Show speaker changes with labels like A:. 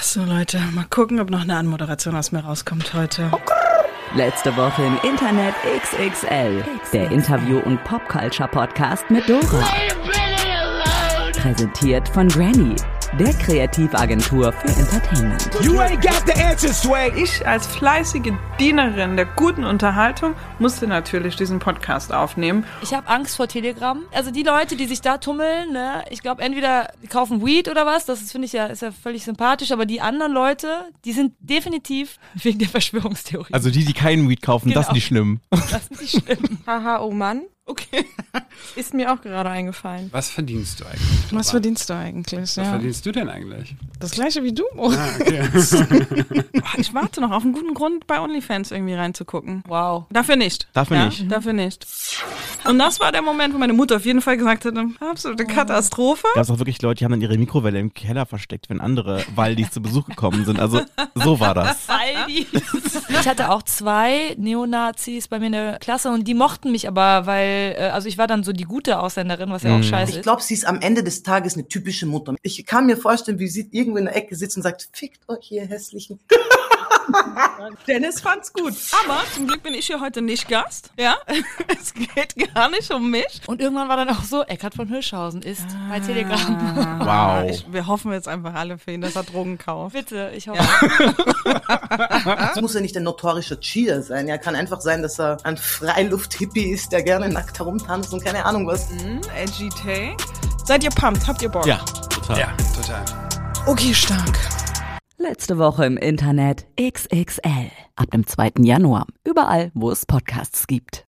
A: So Leute, mal gucken, ob noch eine Anmoderation aus mir rauskommt heute.
B: Letzte Woche im Internet XXL. Der Interview- und Popculture-Podcast mit Dora. Präsentiert von Granny, der Kreativagentur für Entertainment.
C: You ain't got the answer, Swag.
D: Ich als fleißige Dienerin der guten Unterhaltung musste natürlich diesen Podcast aufnehmen.
E: Ich habe Angst vor Telegram. Also die Leute, die sich da tummeln, ne, ich glaube entweder die kaufen Weed oder was, das ist, finde ich ja ist ja völlig sympathisch, aber die anderen Leute, die sind definitiv wegen der Verschwörungstheorie.
F: Also die, die keinen Weed kaufen, das
D: Genau.
F: sind die schlimm.
E: das ist nicht schlimm.
G: Haha, oh Mann.
E: Okay.
G: Ist mir auch gerade eingefallen.
C: Was verdienst du eigentlich?
A: Was verdienst du eigentlich?
C: Was
A: Ja.
C: verdienst du denn eigentlich?
A: Das gleiche wie du.
C: Ah, okay.
D: Ich warte noch auf einen guten Grund, bei OnlyFans irgendwie reinzugucken.
E: Wow.
D: Dafür nicht.
F: Dafür
D: ja?
F: nicht.
D: Dafür nicht. Und das war der Moment, wo meine Mutter auf jeden Fall gesagt hat, absolute Katastrophe.
F: Gab es auch wirklich Leute, die haben dann ihre Mikrowelle im Keller versteckt, wenn andere Waldis zu Besuch gekommen sind. Also so war das.
E: Ich hatte auch zwei Neonazis bei mir in der Klasse und die mochten mich aber, weil, äh, also ich war dann so die gute Ausländerin, was ja auch scheiße
H: Ich
E: ist.
H: glaube, sie ist am Ende des Tages eine typische Mutter. Ich kann mir vorstellen, wie sie irgendwo in der Ecke sitzt und sagt, fickt euch ihr hässlichen.
D: Dennis fand's gut. Aber zum Glück bin ich hier heute nicht Gast. Ja, es geht gar nicht um mich.
E: Und irgendwann war dann auch so, Eckhard von Hirschhausen ist bei Telegram.
F: Wow.
D: Ah, Ich, wir hoffen jetzt einfach alle für ihn, dass er Drogen kauft.
E: Bitte, ich hoffe.
H: Das muss ja nicht ein notorischer Cheater sein. Er kann einfach sein, dass er ein Freiluft-Hippie ist, der gerne nackt herumtanzt und keine Ahnung was.
D: Edgy Take. Seid ihr pumped? Habt ihr Bock?
F: Ja, total.
C: ja, total.
A: Okay, stark.
B: Letzte Woche im Internet XXL. Ab dem 2. Januar. Überall, wo es Podcasts gibt.